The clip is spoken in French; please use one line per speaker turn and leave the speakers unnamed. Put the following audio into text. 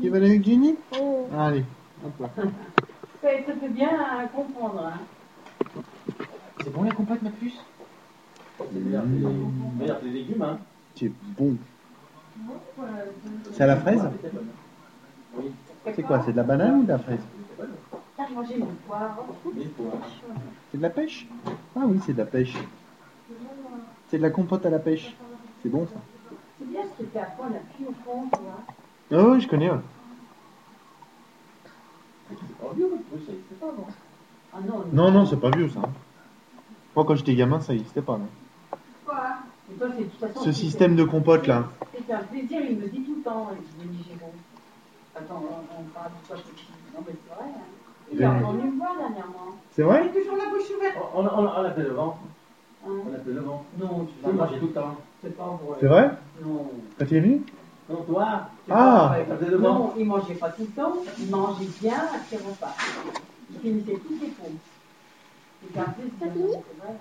Tu vas aller avec Ginny
Mmh.
Ah, Allez, hop là.
Ça, ça fait bien à comprendre. hein.
C'est bon la compote, ma puce
C'est meilleur, c'est-
Mmh.
meilleur que les légumes, hein.
C'est bon.
Bon, euh,
C'est à la fraise
Oui,
C'est quoi C'est de la banane ou de la fraise
Putain, je mangeais mon poivre.
mais pour
C'est de la pêche Ah oui, c'est de la pêche. C'est de la compote à la pêche. C'est bon ça.
C'est bien ce qui était à fond, la pluie au fond, tu vois.
Ah oui, je connais. ouais.
c'est pas vieux, votre pouce, c'est pas bon.
Ah non,
Non, non, c'est pas vieux ça. Moi, quand j'étais gamin, ça n'existait pas. non.
quoi Mais toi, c'est de toute façon.
Ce
c'est-
système de compote là.
C'est un plaisir, il me dit tout le temps, et je me dis, Jérôme. Attends, on, on parle de toi, petit. Non, mais c'est vrai. hein. Il est
Ouais.
encore venu me voir dernièrement.
C'est vrai
Il est toujours la bouche ouverte.
Oh, On, on, on, on l'appelle le vent.
Hein
On l'appelle le vent.
non, tu
Ça marche tout le temps.
C'est pas vrai.
C'est vrai
Non.
Quand il est venu
Non, toi,
c'est
Ah.
pas vrai.
Ça faisait le
Non, il mangeait pas tout le temps, il mangeait bien à ses repas. Il finissait tous ses paumes. C'était un plaisir.
fini
c'est vrai.